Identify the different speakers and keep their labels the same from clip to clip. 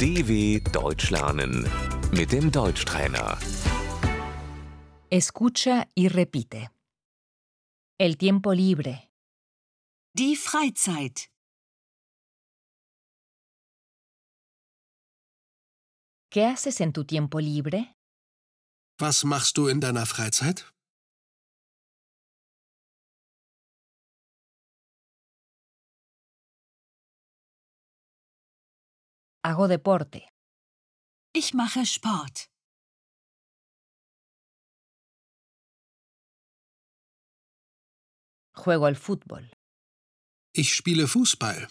Speaker 1: DW Deutsch lernen mit dem Deutschtrainer.
Speaker 2: Escucha y repite. El tiempo libre.
Speaker 3: Die Freizeit.
Speaker 2: ¿Qué haces en tu tiempo libre?
Speaker 4: Was machst du in deiner Freizeit?
Speaker 2: Hago deporte.
Speaker 3: Ich mache Sport.
Speaker 2: Juego al fútbol.
Speaker 4: Ich spiele Fußball.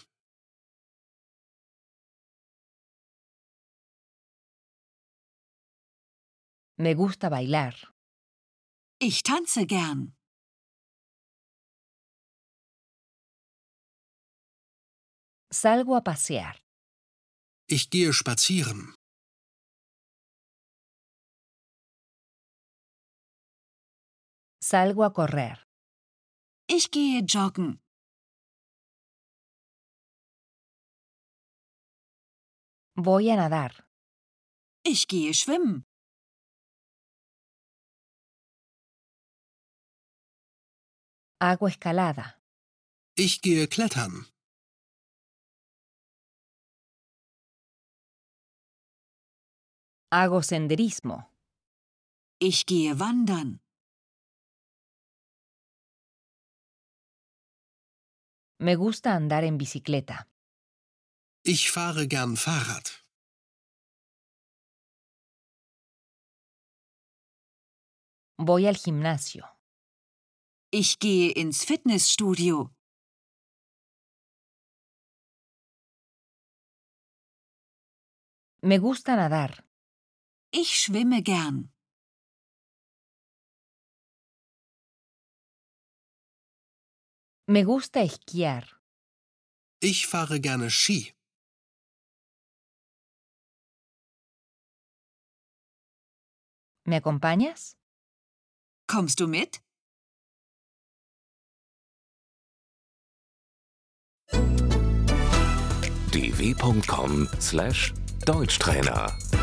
Speaker 2: Me gusta bailar.
Speaker 3: Ich tanze gern.
Speaker 2: Salgo a pasear.
Speaker 4: Ich gehe spazieren.
Speaker 2: Salgo a correr.
Speaker 3: Ich gehe joggen.
Speaker 2: Voy a nadar.
Speaker 3: Ich gehe schwimmen.
Speaker 2: Hago escalada.
Speaker 4: Ich gehe klettern.
Speaker 2: Hago senderismo.
Speaker 3: Ich gehe wandern.
Speaker 2: Me gusta andar en bicicleta.
Speaker 4: Ich fahre gern Fahrrad.
Speaker 2: Voy al gimnasio.
Speaker 3: Ich gehe ins Fitnessstudio.
Speaker 2: Me gusta nadar.
Speaker 3: Ich schwimme gern.
Speaker 2: Me gusta esquiar.
Speaker 4: Ich fahre gerne Ski.
Speaker 2: ¿Me acompañas?
Speaker 3: Kommst du mit?
Speaker 1: dw.com/deutschtrainer